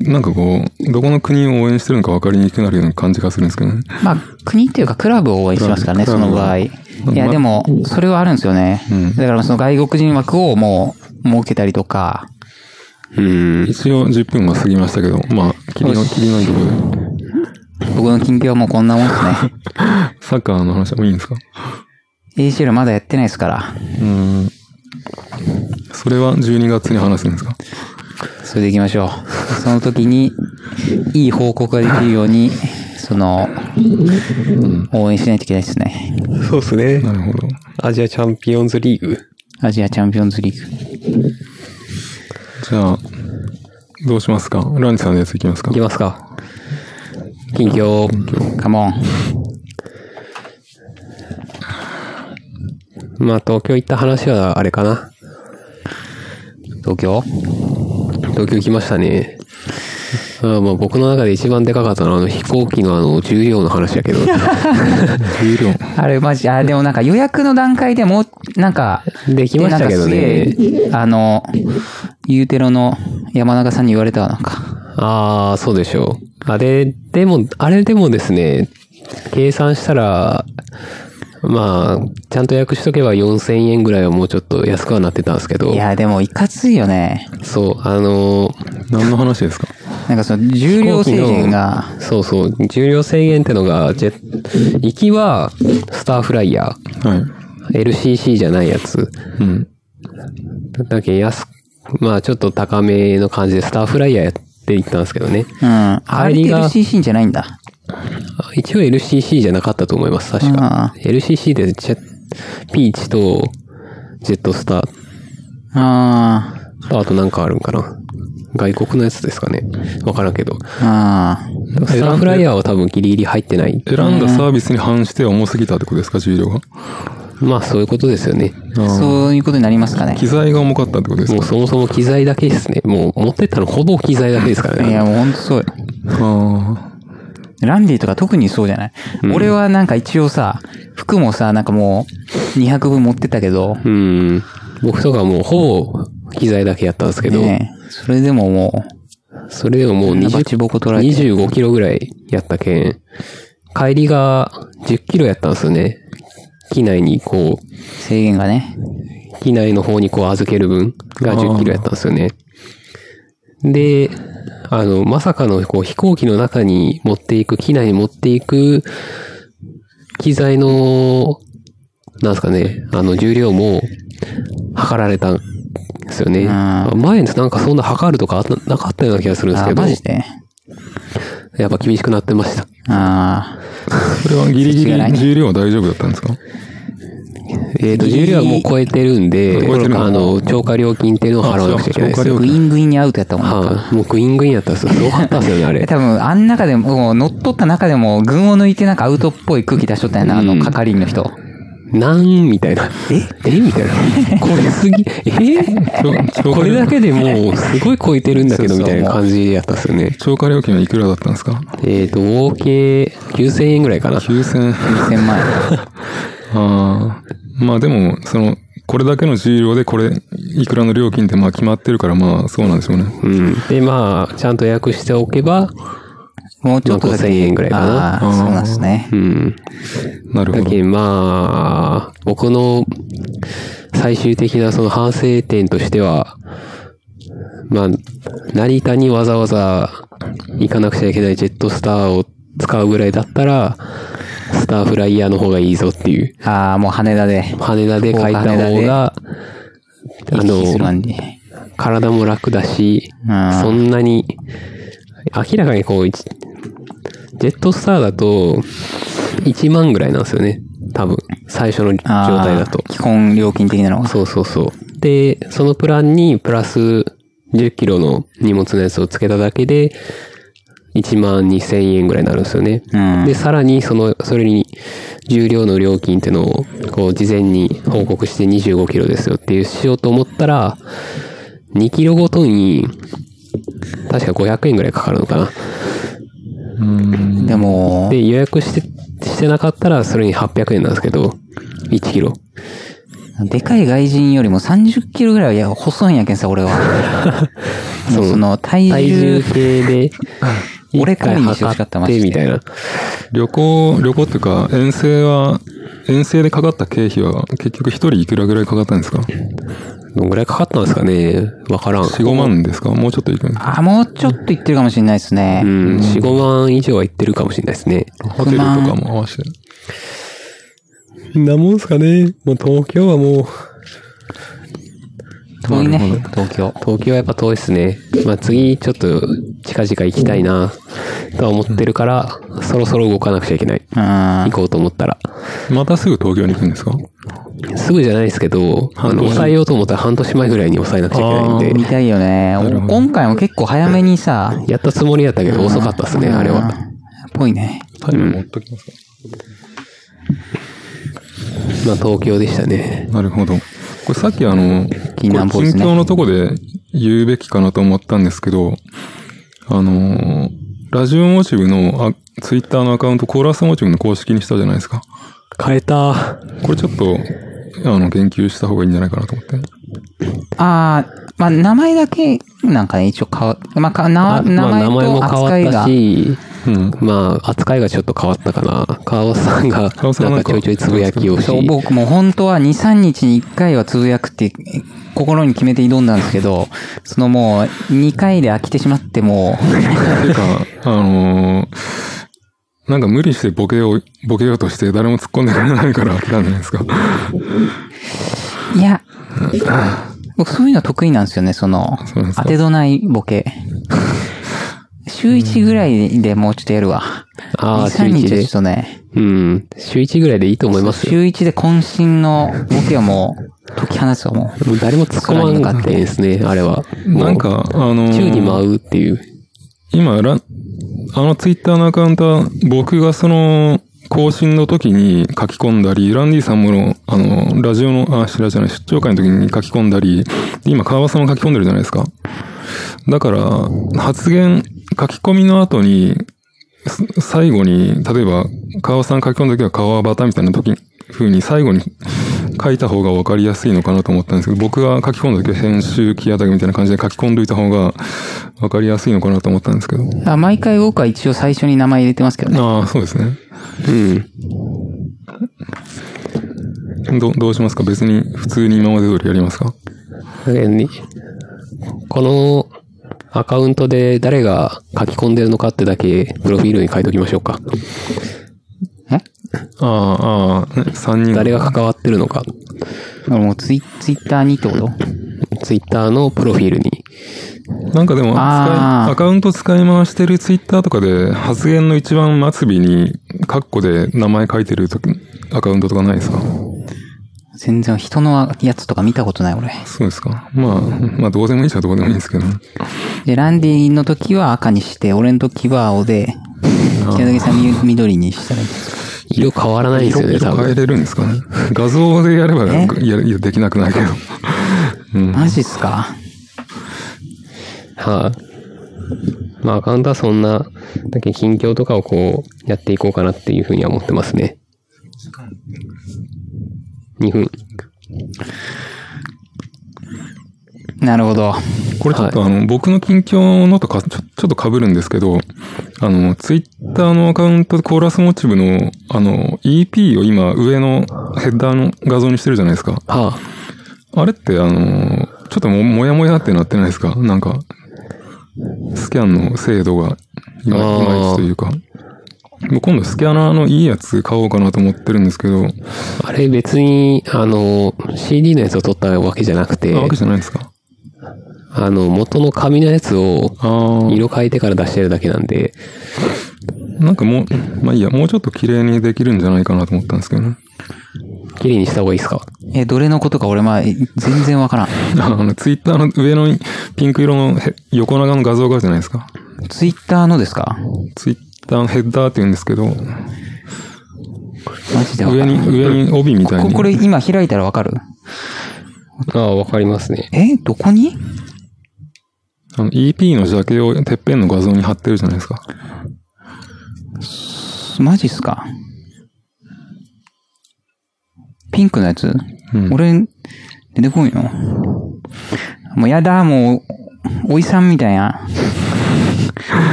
C: なんかこう、どこの国を応援してるのか分かりにくくなるような感じがするんですけどね。
A: まあ、国っていうかクラブを応援しますからね、
C: ク
A: そ
C: ラブ
A: の場合。い
C: うん
A: や、
C: ま
A: でも、それはあるんですよね
C: うん。
A: だからその外国人枠をもう、設けたりとか、
B: うん。
C: 一応10分は過ぎましたけど、まあ、霧の、霧のいいところで。
A: 僕の近況はもうこんなもんです
C: サッカーの話はもういいんですか
A: ね。ACL まだやってないですから。
C: うん。それは12月に話すんですか
A: それで行きましょう。その時に、いい報告ができるように、その、応援しないといけないですね。
B: そうっすね
C: なるほど。
B: アジアチャンピオンズリーグ。
A: アジアチャンピオンズリーグ。
C: じゃあ、どうしますかランチさんのやついきますか
B: いきますか。近況。
A: カモン。
B: まあ東京行った話はあれかな。
A: 東京
B: 東京行きましたね。あまあ僕の中で一番でかかったのはあの飛行機のあの重量の話や けど。
C: 重量。
A: あれマジ、あ、でもなんか予約の段階でもう、なんか、
B: できましたけどね
A: で。なんかすげえあの、ユーテロの山中さんに言われたわ、なんか。
B: ああ、そうでしょう。あれ、でも、あれでもですね、計算したら、まあ、ちゃんと予約しとけば4000円ぐらいはもうちょっと安くはなってたんですけど
A: い、や、でも、いかついよね。
B: そう、あのー、
C: 何の話ですか
A: なんかその、重量制限が、
B: そうそう、重量制限ってのが、ジェ行きは、スターフライヤ
C: はい。
B: ー、LCC じゃないやつ。
C: うん。
B: だけど安、まあちょっと高めの感じで、スターフライヤーやって行ったんですけどね。
A: うん。あ
B: あ
A: れ
B: れが
A: LCC じゃないんだ。
B: あ一応 LCC じゃなかったと思います、確か。LCC でジェ、ピーチと、ジェットスター
A: ああ。
B: と、あとなんかあるんかな。外国のやつですかね。わからんけど。
A: あ
B: スターフライヤーは多分ギリギリ入ってない。
C: 選んだサービスに反して重すぎたってことですか、重量が。
B: まあそういうことですよね。
A: あ。そういうことになりますかね
C: 機。材が重かったってことです
B: もう
C: か
B: そもそも機材だけですね。もう持ってったのほぼ機材だけですから
A: いや、
B: ね。
A: もうほんとそうよ。
C: あ
A: ランディとか特にそうじゃない、俺はなんか一応さ、服もさ、なんかもう200分持ってったけど、
B: うん。僕とかもうほぼ機材だけやったんですけど、
A: ねえそれでもも
B: それでももう
A: う、なんか
B: 20
A: ちぼこ取られて。
B: 25キロぐらいやったけん、帰りが10キロやったんですよね。機内にこう、
A: 制限がね。
B: 機内の方にこう預ける分が10キロやったんですよね。で、あの、まさかのこう飛行機の中に持っていく、機内に持っていく機材の、なんですかね、あの重量も測られたんですよね。
A: あ
B: 前なんかそんな測るとかあったなかったような気がするんです
A: あ
B: け
A: ー
B: ど
A: マ、ジで。
B: やっぱ厳しくなってました。
C: あ。
A: あ
C: それはギリギ
A: そっちがない
C: リ重量は大丈夫だったんですか
B: えっ、と、重量はもう超えてるんで、
C: 超えてるの
B: あの、超過料金っていうのを払わなくちゃいけないで
C: あ
B: す
C: そ
A: あ。
B: よ。
C: う
A: グイングインにアウトやったもんね。
B: はい、もうグイングインやったんですよ。すごかったですよね、あ れ。
A: 多分、あん中でも、もう乗っ取った中でも、群を抜いてなんかアウトっぽい空気出しとったんやな、あの係員の人。
B: なんみたいな。ええみたいな。これすぎ、え
C: ょ
B: これだけでもう、すごい超えてるんだけど、
A: そう
B: み
A: そう
B: たいな感じやったっすよね。
C: 超過料金はいくらだったんですか
B: えっ、と、合計9000円ぐらいかな。
C: ?9000。
A: 2000万円。
C: ああ。まあでも、その、これだけの重量でこれ、いくらの料金ってまあ決まってるからまあそうなんでしょうね。
B: うん。で、まあ、ちゃんと予約しておけば、
A: もうちょっとだけ
B: まあ5000円ぐらいかな
A: ああ、そうなんですね。
B: うん。
C: なるほ
B: だ
C: ど。
B: けどまあ、僕の最終的なその反省点としては、まあ、成田にわざわざ行かなくちゃいけないジェットスターを使うぐらいだったら、スターフライヤーの方がいいぞっていう。
A: ああ、もう羽田で。
B: 羽田で書いた方が、あ
A: 息するの
B: の、
A: に
B: 体も楽だし、
A: うん
B: そんなに、明らかにこう、一ジェットスターだと、1万ぐらいなんですよね。多分、最初の状
A: あー
B: 態だと。
A: 基本料金的なのが。
B: そうそうそう。で、そのプランにプラス10キロの荷物のやつを付けただけで、1万2千円ぐらいになるんですよね。
A: うん
B: で、さらに、その、それに、重量の料金ってのを、こう、事前に報告して25キロですよっていうしようと思ったら、2キロごとに、確か500円ぐらいかかるのかな。
A: でも、
B: で、予約して、してなかったら、それに800円なんですけど、1キロ。
A: でかい外人よりも30キロぐらいは、いや、細いんやけんさ、俺は。 もうその、体
B: 体
A: 重
B: 重、計で、
A: 俺
B: 一回
A: 込みにしてほしかったマ
B: 測
A: ジ
B: っ
A: で
B: てみたいな。
C: 旅行、旅行っていうか、遠征は、遠征でかかった経費は結局一人いくらぐらいかかったんですか ?4、
B: どんぐらいかかったんですかねわからん。
C: 5万ですかもうちょっといくんですか
A: あ、もうちょっといってるかもしれないですね。
B: うん、4、5万以上は行ってるかもしれないですね。
C: ホテルとかも合わせて。
B: なもんすかねもう東京はもう、
A: 遠いね、東京。
B: 東京はやっぱ遠いっすね。まあ次、ちょっと、近々行きたいな、とは思ってるから、そろそろ動かなくちゃいけない。
A: うん
B: 行。こうと思ったら。
C: またすぐ東京に行くんですか
B: すぐじゃないですけど、あ
C: 半
B: の、
C: 年
B: 抑えようと思ったら半年前ぐらいに抑えなくちゃいけないん
A: 見
B: で、
A: たいよね。お今回も結構早めにさ、
B: やったつもりだったけど遅かったっすね、あれは。
A: っぽいね。
C: タイム持っときますか、
B: まあ東京でしたね。
C: なるほど。これさっきあの、
A: 銀杏
C: こ
A: ボー
C: れ
A: イズ
C: 近
A: ね
C: 況のとこで言うべきかなと思ったんですけど、あのー、ラジオモチブのあツイッターのアカウントコーラスモチブの公式にしたじゃないですか。
B: 変えた。
C: これちょっと、あの、言及した方がいいんじゃないかなと思って。
A: あまあ、名前だけなんかね、一応変わ、まあ、かな
B: あ
A: 名
B: まあ
A: 前と扱い
B: 名前も変わった
A: が。
B: し、
C: うん。
B: まあ、扱いがちょっと変わったかな。川尾さんが、
C: 川尾さんは
B: な
C: なんん
B: か
C: か
B: ちょいちょいつぶやきをし
A: そう、、僕も本当は2、3日に1回はつぶやくって心に決めて挑んだんですけど、そのもう2回で飽きてしまっても
C: てか、あのーなんか無理してボケを、ボケようとして誰も突っ込んでくれないから諦めたんじゃないですか。
A: う、いや、僕そういうの得意なんですよね、その
C: そうなんで、す
A: 当
C: か
A: てどないボケ。 週1ぐらいでもうちょっとやるわ。
B: ああ、
A: 2、
B: 週
A: 3
B: 1
A: 日はちょ
B: で
A: っ。とね、
B: うん。週1ぐらいでいいと思いますよ。
A: 週1で渾身のボケをもう解き放つわ、もう。
B: もう誰も突っ込まんかったですね、あれは。もう
C: なん、か、あのー
B: 宙に舞うっていう。
C: 今、ランあのツイッターのアカウントは、僕がその、更新の時に書き込んだり、ランディさんもの、あの、ラジオの、あ、知らじゃない、出張会の時に書き込んだり、今、川場さんも書き込んでるじゃないですか。だから、発言、書き込みの後に、す最後に、例えば、川場さん書き込んだ時は川端みたいな時、風に最後に書いた方が分かりやすいのかなと思ったんですけど、僕が書き込んだ時は編集、木当たりみたいな感じで書き込んどいた方が分かりやすいのかなと思ったんですけど。
A: あ毎回僕は一応最初に名前入れてますけどね。
C: ああ、そうですね。
B: うん。
C: ど、どうしますか別に、普通に今まで通りやりますか
B: だけどねこのアカウントで誰が書き込んでるのかってだけ、プロフィールに書いておきましょうか。
A: え
C: ああ、ああ、ね、三人。
B: 誰が関わってるのか。
A: もうツイツイッターにってこと
B: ツイッターのプロフィールに。
C: なんかでも、使い
A: あー
C: アカウント使い回してるツイッターとかで、発言の一番末尾に、カッコで名前書いてるとき、アカウントとかないですか
A: 全然人のやつとか見たことない俺。
C: そうですか。まあ、まあ、どうでもいいっちゃどうでもいいんですけど。
A: で、ランディの時は赤にして、俺の時は青で、北崎さんみ緑にしたらいいんですか
B: 色変わらないです
C: 色
B: よね、多
C: 色変え
B: 分。
C: れるんですかね画像でやれば、
A: え
C: いや、いや、できなくないけど。うん。
A: マジっすか
B: はい、まあ、アカウントはそんな、だけ近況とかをこう、やっていこうかなっていうふうには思ってますね。2分。
A: なるほど。
C: これちょっとあの、僕の近況のとか、ちょ、ちょっと被るんですけど、あの、ツイッターのアカウント、コーラスモチブの、あの、EP を今、上のヘッダーの画像にしてるじゃないですか。
B: は
C: あれって、あの、ちょっとも、もやもやってなってないですかなんか、スキャンの精度が、いまい
B: あー
C: いまいちというか。もう今度スキャナーのいいやつ買おうかなと思ってるんですけど、
B: あ、あれ別に、あの、CD のやつを撮ったわけじゃなくて
C: あ、わけじゃないですか。
B: あの、元の紙のやつを、
C: ああ。
B: 色変えてから出してるだけなんで、
C: なんかもう、まあいいや、もうちょっと綺麗にできるんじゃないかなと思ったんですけどね。
B: 綺麗にした方がいいですか
A: え、どれのことか俺まあ、え全然わからん。
C: あの、ツイッターの上のピンク色のへ横長の画像があるじゃないですか。
A: ツイッターのですか
C: ツイッターのヘッダーって言うんですけど、
A: マジでわか
C: 上
A: らん。
C: に、上に帯みたい
A: こ
C: に。
A: これ今開いたらわかる
B: ああ、わかりますね。
A: え、どこに
C: あの、EP のジャケをてっぺんの画像に貼ってるじゃないですか。
A: マジっすかピンクのやつ、
C: うん
A: 俺、出てこんよ。もうやだ、もう、おいさんみたいな。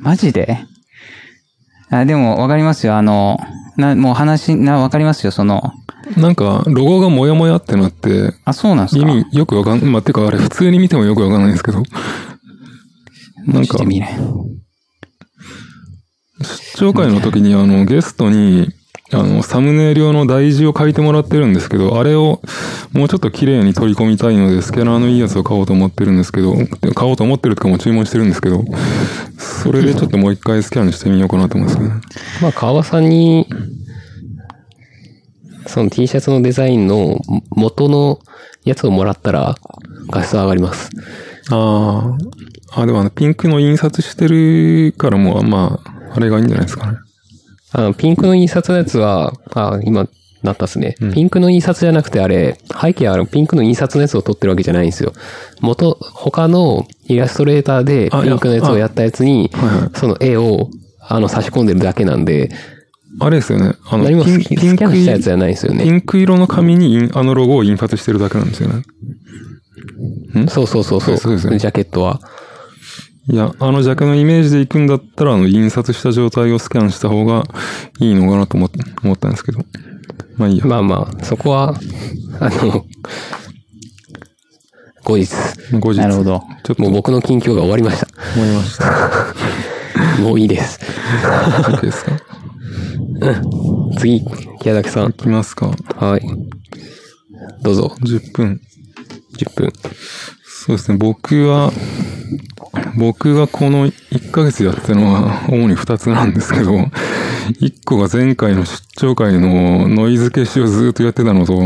A: マジであ、でも、わかりますよ。あの、な、もう話、な、わかりますよ。その、
C: なんか、ロゴがもやもやってなって、
A: あ、そうなんす
C: 意
A: か
C: 味よくわかん、まあ、てかあれ普通に見てもよくわかんないんですけど、なん
A: ちょっ
C: か
A: と、見ない
C: 出張会の時にあの、ゲストに、あの、サムネイル用の題字を書いてもらってるんですけど、あれをもうちょっと綺麗に取り込みたいので、スキャナーのいいやつを買おうと思ってるんですけど、買おうと思ってるとかもう注文してるんですけど、それでちょっともう一回スキャンしてみようかなと思いますけどね。
B: まあ、川さんに、その T シャツのデザインの元のやつをもらったら、画質は上がります。
C: ああ。あ、でもあの、ピンクの印刷してるからもう、まあ、あれがいいんじゃないですかね。
B: あの、ピンクの印刷のやつは、あ今、なったっすね。ピンクの印刷じゃなくて、あれ、背景あるピンクの印刷のやつを撮ってるわけじゃないんですよ。元、他のイラストレーターで、
C: あい
B: ピ
C: や
B: ンクのやつをやったやつに
C: はいはい、
B: その絵を、あの、差し込んでるだけなんで、
C: あれですよね。あの、
B: 何もスキ
C: ピン
B: スキャンしたやつじ
C: ピン
B: ゃないですよ
C: クいピ
B: ね。
C: ンク色の紙にインあのロゴを印刷してるだけなんですよね。ん
B: そうそうそうそう。
C: そうですね
B: ジャケットは。
C: いや、あのジャケのイメージで行くんだったら、あの、印刷した状態をスキャンした方がいいのかなと思っ思ったんですけど。まあいいや。
B: まあまあ、そこは、あの、後日、
C: 後日。
A: なるほど。
C: ちょっと
B: もう
C: 思い
B: 僕の近況が終わりました。
C: ました。
B: もういいです。
C: OK で すか
B: 次、木崎さん
C: 行。きますか。
B: はい。どうぞ、
C: 10分。
B: 10分。
C: そうですね、僕は、僕がこの1ヶ月やってるのは主に2つなんですけど、1個が前回の出張会のノイズ消しをずっとやってたのと、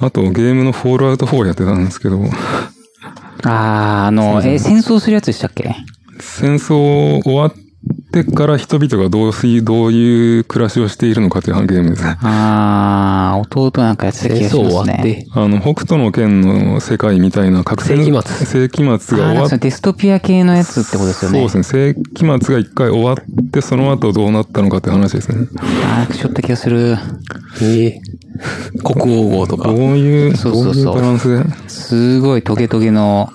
C: あとゲームのフォールアウト4やってたんですけど、
A: あー、あの、え、戦争するやつでしたっけ
C: 戦争終わってから人々がどうしどういう暮らしをしているのかというゲームですね。
A: あー、弟なんかやってた気
B: 戦
A: がし
B: 争
A: ま
B: 終わ
A: す
B: っ
A: ね。
B: て、
C: あの、北斗の剣の世界みたいな覚醒
B: 世紀末
C: 世紀末が
A: あー、
C: 終
A: なん
C: わ
A: か
C: っ
A: そのデストピア系のやつってことですよね。
C: そうですね。世紀末が一回終わって、その後どうなったのかって話ですね。
A: あー、しょった気がする。
B: えー、国王号と
C: ど
B: か
C: う。いう、
A: そうそうそう
C: どういうバランスです
A: ごいトゲトゲの、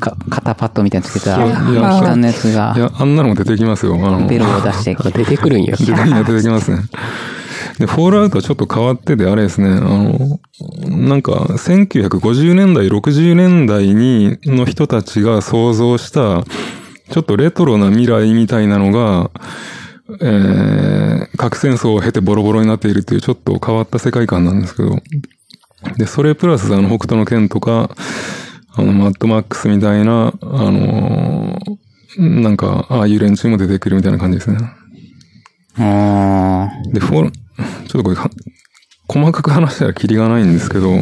A: か、肩パッドみたいにつけた、
C: そうい
A: 機
C: や
A: 関のやつ
C: い
A: が、
C: や、あんなのも出てきますよ。あの、
A: ベロを出して、
B: あ出てくるん や。
C: 自分には出てきますね。 で、フォールアウトはちょっと変わってて、あれですね、あの、なんか、1950年代、60年代に、の人たちが想像した、ちょっとレトロな未来みたいなのが、えー、核戦争を経てボロボロになっているというちょっと変わった世界観なんですけど、で、それプラス、あの、北斗の剣とか、あの、マッドマックスみたいな、あのーなんか、ああいう連中も出てくるみたいな感じですね。
A: うーん。
C: で、フォロ、ちょっとこれは、細かく話したらキリがないんですけど、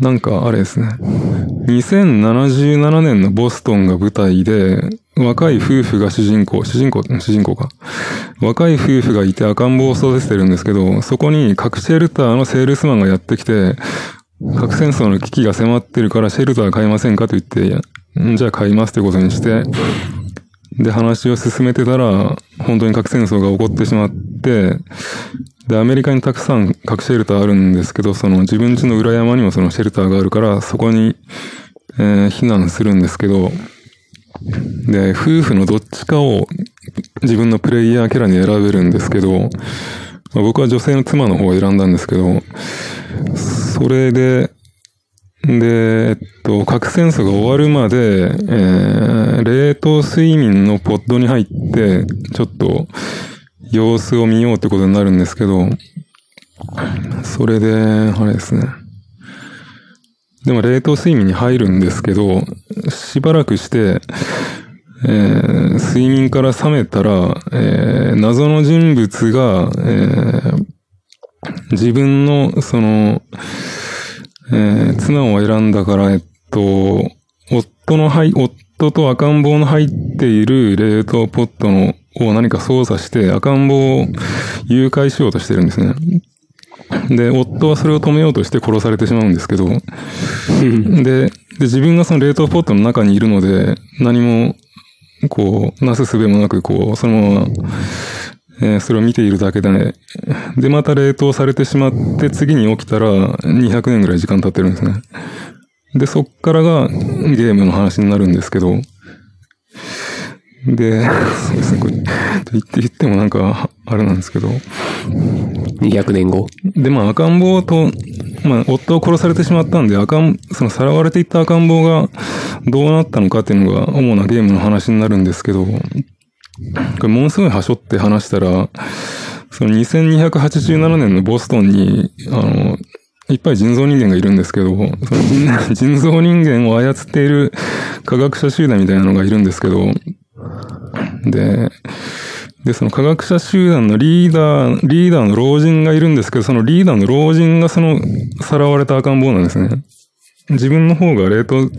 C: なんかあれですね。2077年のボストンが舞台で、若い夫婦が主人公、主人公、主人公か。若い夫婦がいて赤ん坊を育ててるんですけど、そこに核シェルターのセールスマンがやってきて、核戦争の危機が迫ってるからシェルター買いませんかと言って、いやんじゃあ買いますということにして、で、話を進めてたら、本当に核戦争が起こってしまって、で、アメリカにたくさん核シェルターあるんですけど、その自分家の裏山にもそのシェルターがあるから、そこに、えー避難するんですけど、で、夫婦のどっちかを自分のプレイヤーキャラに選べるんですけど、まあ僕は女性の妻の方を選んだんですけど、それで、で、えっと、核戦争が終わるまで、えー、冷凍睡眠のポッドに入って、ちょっと、様子を見ようってことになるんですけど、それで、あれですね。でも冷凍睡眠に入るんですけど、しばらくして、えー睡眠から覚めたら、えー謎の人物が、えー自分の、その、えー妻を選んだから、えっと、夫の入、夫と赤ん坊の入っている冷凍ポットのを何か操作して赤ん坊を誘拐しようとしてるんですね。で、夫はそれを止めようとして殺されてしまうんですけど、で、で、自分がその冷凍ポットの中にいるので、何も、こう、なすすべもなく、こう、そのまま、えーそれを見ているだけで、ね、で、また冷凍されてしまって、次に起きたら200年ぐらい時間経ってるんですね。で、そっからがゲームの話になるんですけど、で、そうですね、これ、言って言ってもなんか、あれなんですけど、
B: 200年後。
C: で、まあ、赤ん坊と、まあ、夫を殺されてしまったんで、赤ん、その、さらわれていった赤ん坊がどうなったのかっていうのが主なゲームの話になるんですけど、これ、ものすごい端折って話したら、その2287年のボストンに、あの、いっぱい人造人間がいるんですけど、その人人造人間を操っている科学者集団みたいなのがいるんですけど、で、で、その科学者集団のリーダー、リーダーの老人がいるんですけど、そのリーダーの老人がその、さらわれた赤ん坊なんですね。自分の方が冷凍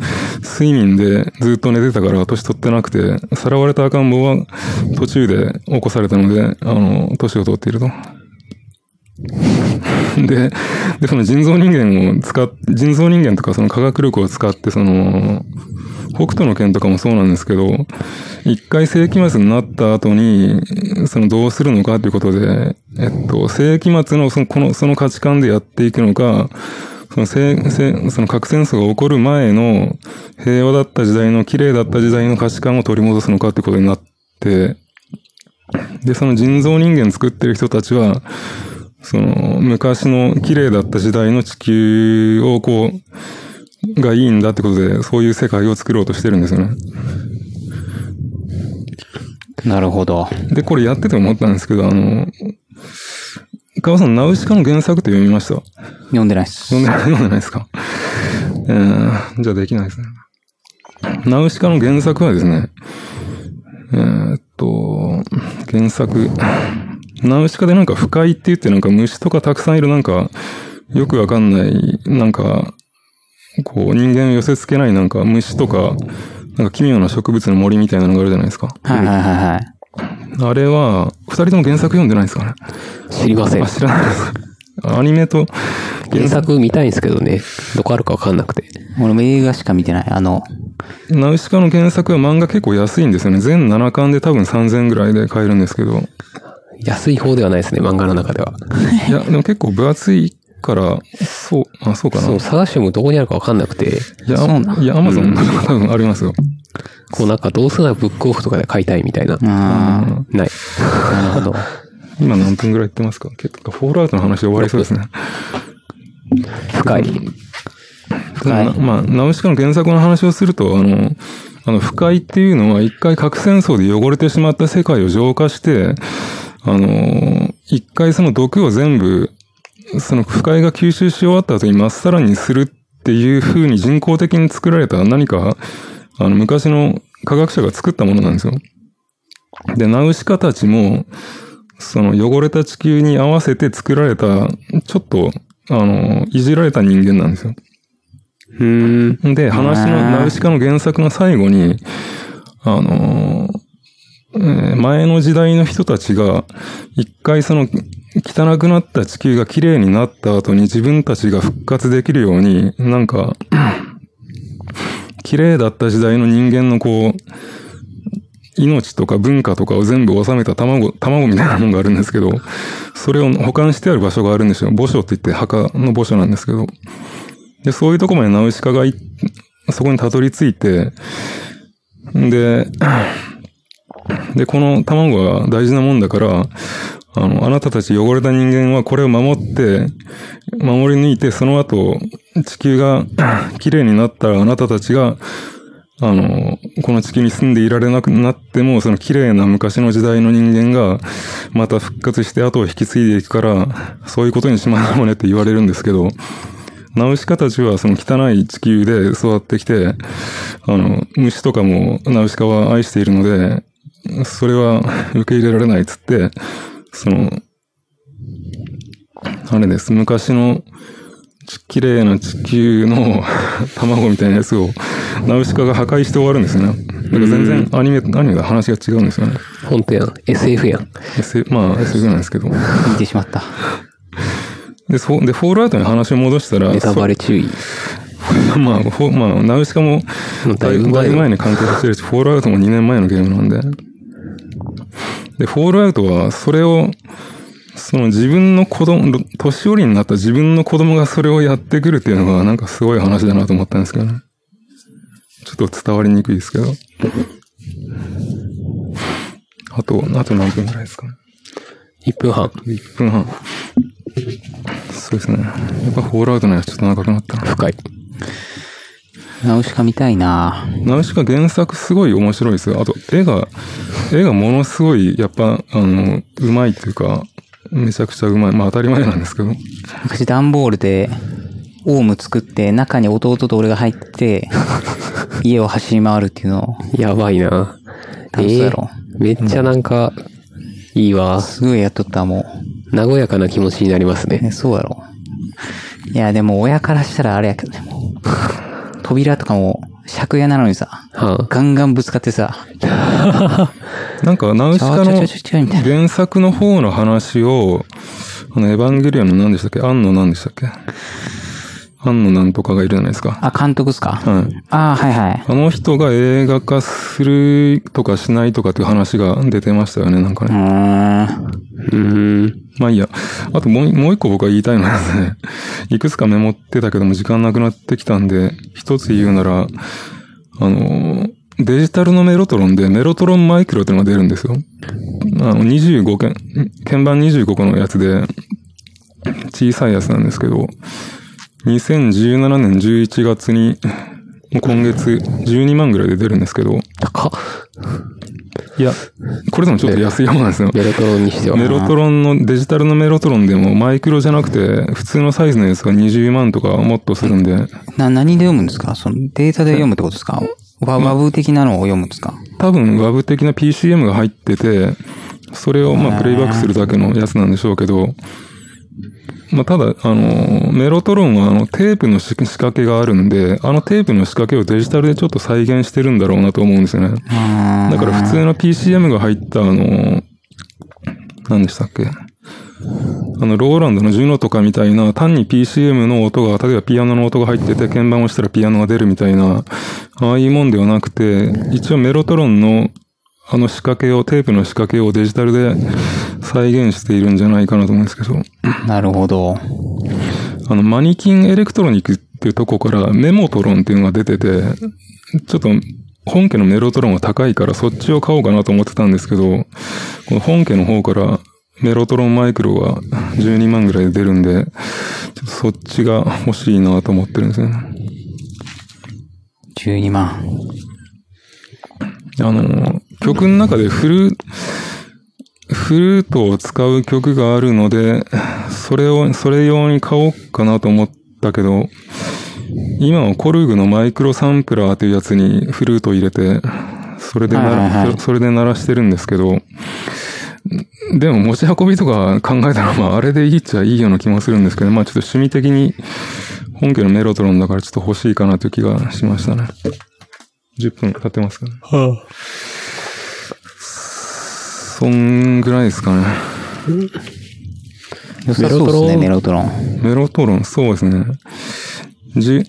C: 睡眠でずっと寝てたから年取ってなくて、さらわれた赤ん坊は途中で起こされたので、あの、年を取っていると。 で、で、その人造人間を使っ、人造人間とかその科学力を使って、その、北斗の剣とかもそうなんですけど、一回世紀末になった後に、そのどうするのかということで、えっと、世紀末のその、この、その価値観でやっていくのか、その戦、戦その核戦争が起こる前の平和だった時代の綺麗だった時代の価値観を取り戻すのかってことになって、で、その人造人間作ってる人たちは、その昔の綺麗だった時代の地球をこう、がいいんだってことで、そういう世界を作ろうとしてるんですよね。
A: なるほど。
C: で、これやってて思ったんですけど、あの、川さん、ナウシカの原作って読みました
A: 読んでないっす
C: 読。んで読んでないですか。えー、じゃあできないですね。ナウシカの原作はですね、えーっと、原作、ナウシカでなんか不快って言ってなんか虫とかたくさんいるなんか、よくわかんない、なんか、こう人間を寄せ付けないなんか虫とか、なんか奇妙な植物の森みたいなのがあるじゃないですか。
A: はいはいはいはい。
C: あれは、二人とも原作読んでないですかね
B: 知りません
C: あ、。知らないですか。アニメと
B: 原作見たいんですけどね。どこあるかわかんなくて。
A: 俺も映画しか見てない。あの、
C: ナウシカの原作は漫画結構安いんですよね。全7巻で多分3000円ぐらいで買えるんですけど。
B: 安い方ではないですね、漫画の中では。
C: いや、でも結構分厚いから、そう、あ、そうかな。
B: そう、探してもどこにあるかわかんなくて、
C: いや、
A: そうなん
C: いや、アマゾンとか多分ありますよ。
B: こうなんかどうせならブックオフとかで買いたいみたいな。
A: あ
B: ない。
A: あ、なる ほど。
C: 今何分ぐらい言ってますか結構、フォールアウトの話で終わりそうですね。
B: 深い。
A: 深い
C: なまあ、ナウシカの原作の話をすると、あの、あの、不快っていうのは一回核戦争で汚れてしまった世界を浄化して、あの、一回その毒を全部、その不快が吸収し終わった後にまっさらにするっていう風に人工的に作られた何か、あの、昔の科学者が作ったものなんですよ。で、ナウシカたちも、その汚れた地球に合わせて作られた、ちょっと、あの、いじられた人間なんですよ。
B: うん。
C: で、話の、ナウシカの原作の最後に、あのーえー前の時代の人たちが、一回その、汚くなった地球が綺麗になった後に自分たちが復活できるように、なんか、 綺麗だった時代の人間のこう、命とか文化とかを全部収めた卵、卵みたいなものがあるんですけど、それを保管してある場所があるんですよ。墓所って言って墓の墓所なんですけど。で、そういうとこまでナウシカがい、そこにたどり着いて、で、で、この卵は大事なもんだから、あの、あなたたち汚れた人間はこれを守って、守り抜いて、その後、地球が 綺麗になったらあなたたちが、あの、この地球に住んでいられなくなっても、その綺麗な昔の時代の人間が、また復活して後を引き継いでいくから、そういうことにしましょうねって言われるんですけど、ナウシカたちはその汚い地球で育ってきて、あの、虫とかもナウシカは愛しているので、それは 受け入れられないっつって、その、あれです、昔のち綺麗な地球の 卵みたいなやつをナウシカが破壊して終わるんですよね。だから全然アニメ、アニメと話が違うんですよね。
B: 本当やん。SF やん。
C: S、まあ SF なんですけど。
A: 見てしまった。
C: で、そう、で、フォールアウトに話を戻したら、
B: ネタバレ注意。
C: まあ、フォまあ、ナウシカも
B: うん、だ
C: だ
B: い
C: い
B: ぶ
C: ぶ
B: 前
C: 前に完結してるし、フォールアウトも2年前のゲームなんで。で、フォールアウトは、それを、その自分の子供、年寄りになった自分の子供がそれをやってくるっていうのが、なんかすごい話だなと思ったんですけどね。ちょっと伝わりにくいですけど。あと、あと何分ぐらいですかね。
B: 1分半。
C: 1分半。そうですね。やっぱフォールアウトのやつちょっと長くなったな。
B: 深い。
A: ナウシカ見たいな
C: ナウシカ原作すごい面白いですよ。あと、絵が、絵がものすごい、やっぱ、あの、うまいというか、めちゃくちゃうまい。まあ当たり前なんですけど。
A: 昔段ボールで、オウム作って、中に弟と俺が入って、家を走り回るっていうのを、
B: やばいな。
A: 楽しそうやろ
B: えーめっちゃなんか、いいわ。
A: すごいやっとった、も
B: 和やかな気持ちになります
A: う。ね、
B: ね。
A: そうやろ。いや、でも親からしたらあれやけどね、もう。扉とかも、借家なのにさ、
B: は
A: ガンガンぶつかってさ、
C: なんか、ナウシカ
A: ちょ
C: の
A: ちょちょちょちょみたいな
C: 原作の方の話を、あの、エヴァンゲリオンの何でしたっけアンの何でしたっけアンの何とかがいるじゃないですか。
A: あ、監督っすか、
C: はい。
A: ああ、はいはい。
C: あの人が映画化するとかしないとかっていう話が出てましたよね、なんか
A: う
C: ね。
A: ーん。
B: うーん。
C: まあいいや。あともう、もう一個僕は言いたいのはですね、 いくつかメモってたけども時間なくなってきたんで、一つ言うなら、あの、デジタルのメロトロンでメロトロンマイクロっていうのが出るんですよ。あの、25件、鍵盤25個のやつで、小さいやつなんですけど、2017年11月に、もう今月12万ぐらいで出るんですけど、
B: 高っ。
C: いや、これでもちょっと安い方なんですよ。
B: メロトロンにしては。
C: メロトロンの、デジタルのメロトロンでもマイクロじゃなくて、普通のサイズのやつが20万とかもっとするんで、
A: な、何で読むんですかそのデータで読むってことですかワワブ的なのを読むんですか
C: 多分 Web 的な PCM が入ってて、それをまあプレイバックするだけのやつなんでしょうけど、まあただ、あの、メロトロンはあのテープの仕仕掛けがあるんで、あのテープの仕掛けをデジタルでちょっと再現してるんだろうなと思うんですよね。
A: あ
C: だから普通の PCM が入ったあの、何でしたっけあの、ローランドのジュノとかみたいな、単に PCM の音が、例えばピアノの音が入ってて、鍵盤を押したらピアノが出るみたいな、ああいうもんではなくて、一応メロトロンの、あの仕掛けを、テープの仕掛けをデジタルで再現しているんじゃないかなと思うんですけど、
A: ーなるほど。
C: あの、マニキンエレクトロニクっていうとこからメモトロンっていうのが出てて、ちょっと本家のメロトロンは高いからそっちを買おうかなと思ってたんですけど、この本家の方からメロトロンマイクロが12万ぐらいで出るんで、ちょっとそっちが欲しいなと思ってるんですよね。
A: 12万。
C: あの、曲の中でフル、フルートを使う曲があるので、それを、それ用に買おうかなと思ったけど、今はコルグのマイクロサンプラーというやつにフルートを入れて、それで鳴ら、
A: はいはいはい
C: そそれで鳴らしてるんですけど、でも持ち運びとか考えたら、まああれでいいっちゃいいような気もするんですけど、まあちょっと趣味的に本家のメロトロンだからちょっと欲しいかなという気がしましたね。10分経ってますかね。そんぐらいですかね。
A: 良さそうですね、メ
B: メ
A: ロトロン。
C: メロトロン、そうですね。じ、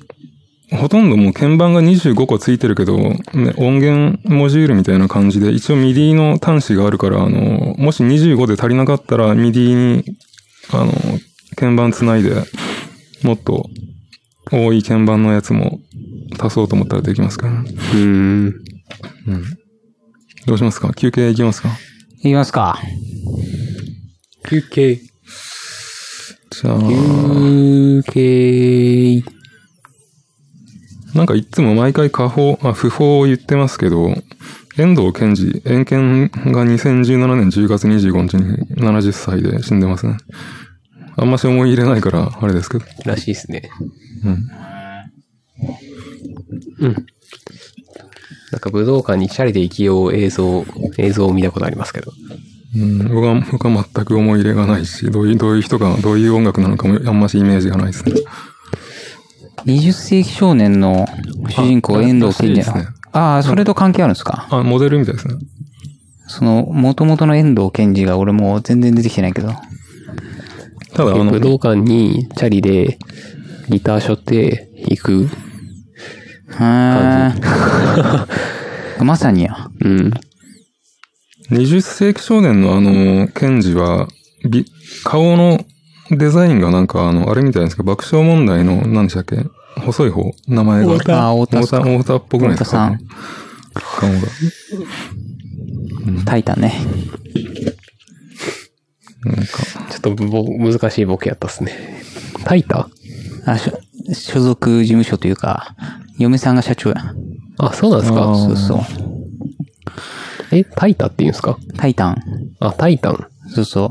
C: ほとんどもう鍵盤が25個ついてるけど、ね音源モジュールみたいな感じで、一応ミディの端子があるから、あの、もし25で足りなかったら、ミディに、あの、鍵盤つないで、もっと多い鍵盤のやつも足そうと思ったらできますから、ね。
B: うーん。
C: どうしますか休憩いきますか
A: いきますか。
B: 休憩。
C: じゃあ、
B: 休憩。
C: なんかいつも毎回下方、あ、不法を言ってますけど、遠藤健二、遠健が2017年10月25日に70歳で死んでますね。あんまし思い入れないから、あれですけど。
B: らしいですね。
C: うん。
B: なんか武道館にチャリで行きよう映像、映像を見たことありますけど。
C: うん、僕は、僕は全く思い入れがないし、どういう、どういう人が、どういう音楽なのかも、あんましイメージがないですね。
A: 20世紀少年の主人公、
C: あ
A: 遠藤健二
C: らしいですね
A: ああ、それと関係あるんですか
C: あ、モデルみたいですね。
A: その、元々の遠藤健二が俺もう全然出てきてないけど。
C: ただ、あの
B: 武、道館にチャリでギター背負って行く。
A: へえ。まさにや。
B: うん。
C: 20世紀少年のあの、ケンジは、び顔のデザインがなんかあの、あれみたいですか爆笑問題の、何でしたっけ細い方名前が。
A: ああ、太
C: 太
A: 田
C: 田、
A: さん。
C: 太田っぽくないですか
A: 太
C: 顔が。
A: タイタンね。
C: なんか、
B: ちょっとぼ難しいボケやったっすね。タイタ
A: あ、所所属事務所というか、嫁さんが社長や。
B: あ、そうなんです
C: あ
B: か
A: そうそう。
B: え、タイタって言うんですか
A: タイタン。
B: あ、タイタン。
A: そうそう。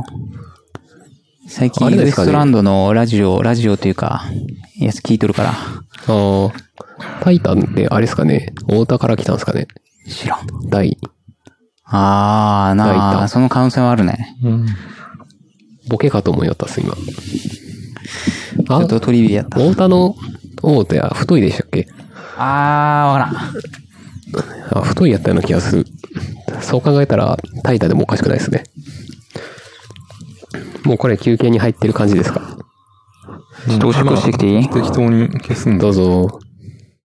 A: 最近、
B: あれ
A: ウ
B: で
A: エ
B: すか
A: ス
B: ね
A: トランドのラジオ、ラジオというか、やつ聞いとるから、
B: あータイタンってあれですかね太田から来たんですかね
A: 知らん。
B: 大。
A: あー、
B: タイ
A: な
B: タン
A: あ、その可能性はあるね。
C: うん。
B: ボケかと思いよったっす、今。
A: ちょ
B: あ
A: っ、とトリビアやった。
B: 太田の王手は太いでしたっけ
A: あー、わからん。
B: あ、太いやったような気がする。そう考えたら、タイタでもおかしくないですね。もうこれ休憩に入ってる感じですか
A: ちょっとおしっこしてきていい
C: 適当に消すんだ。
B: どうぞ。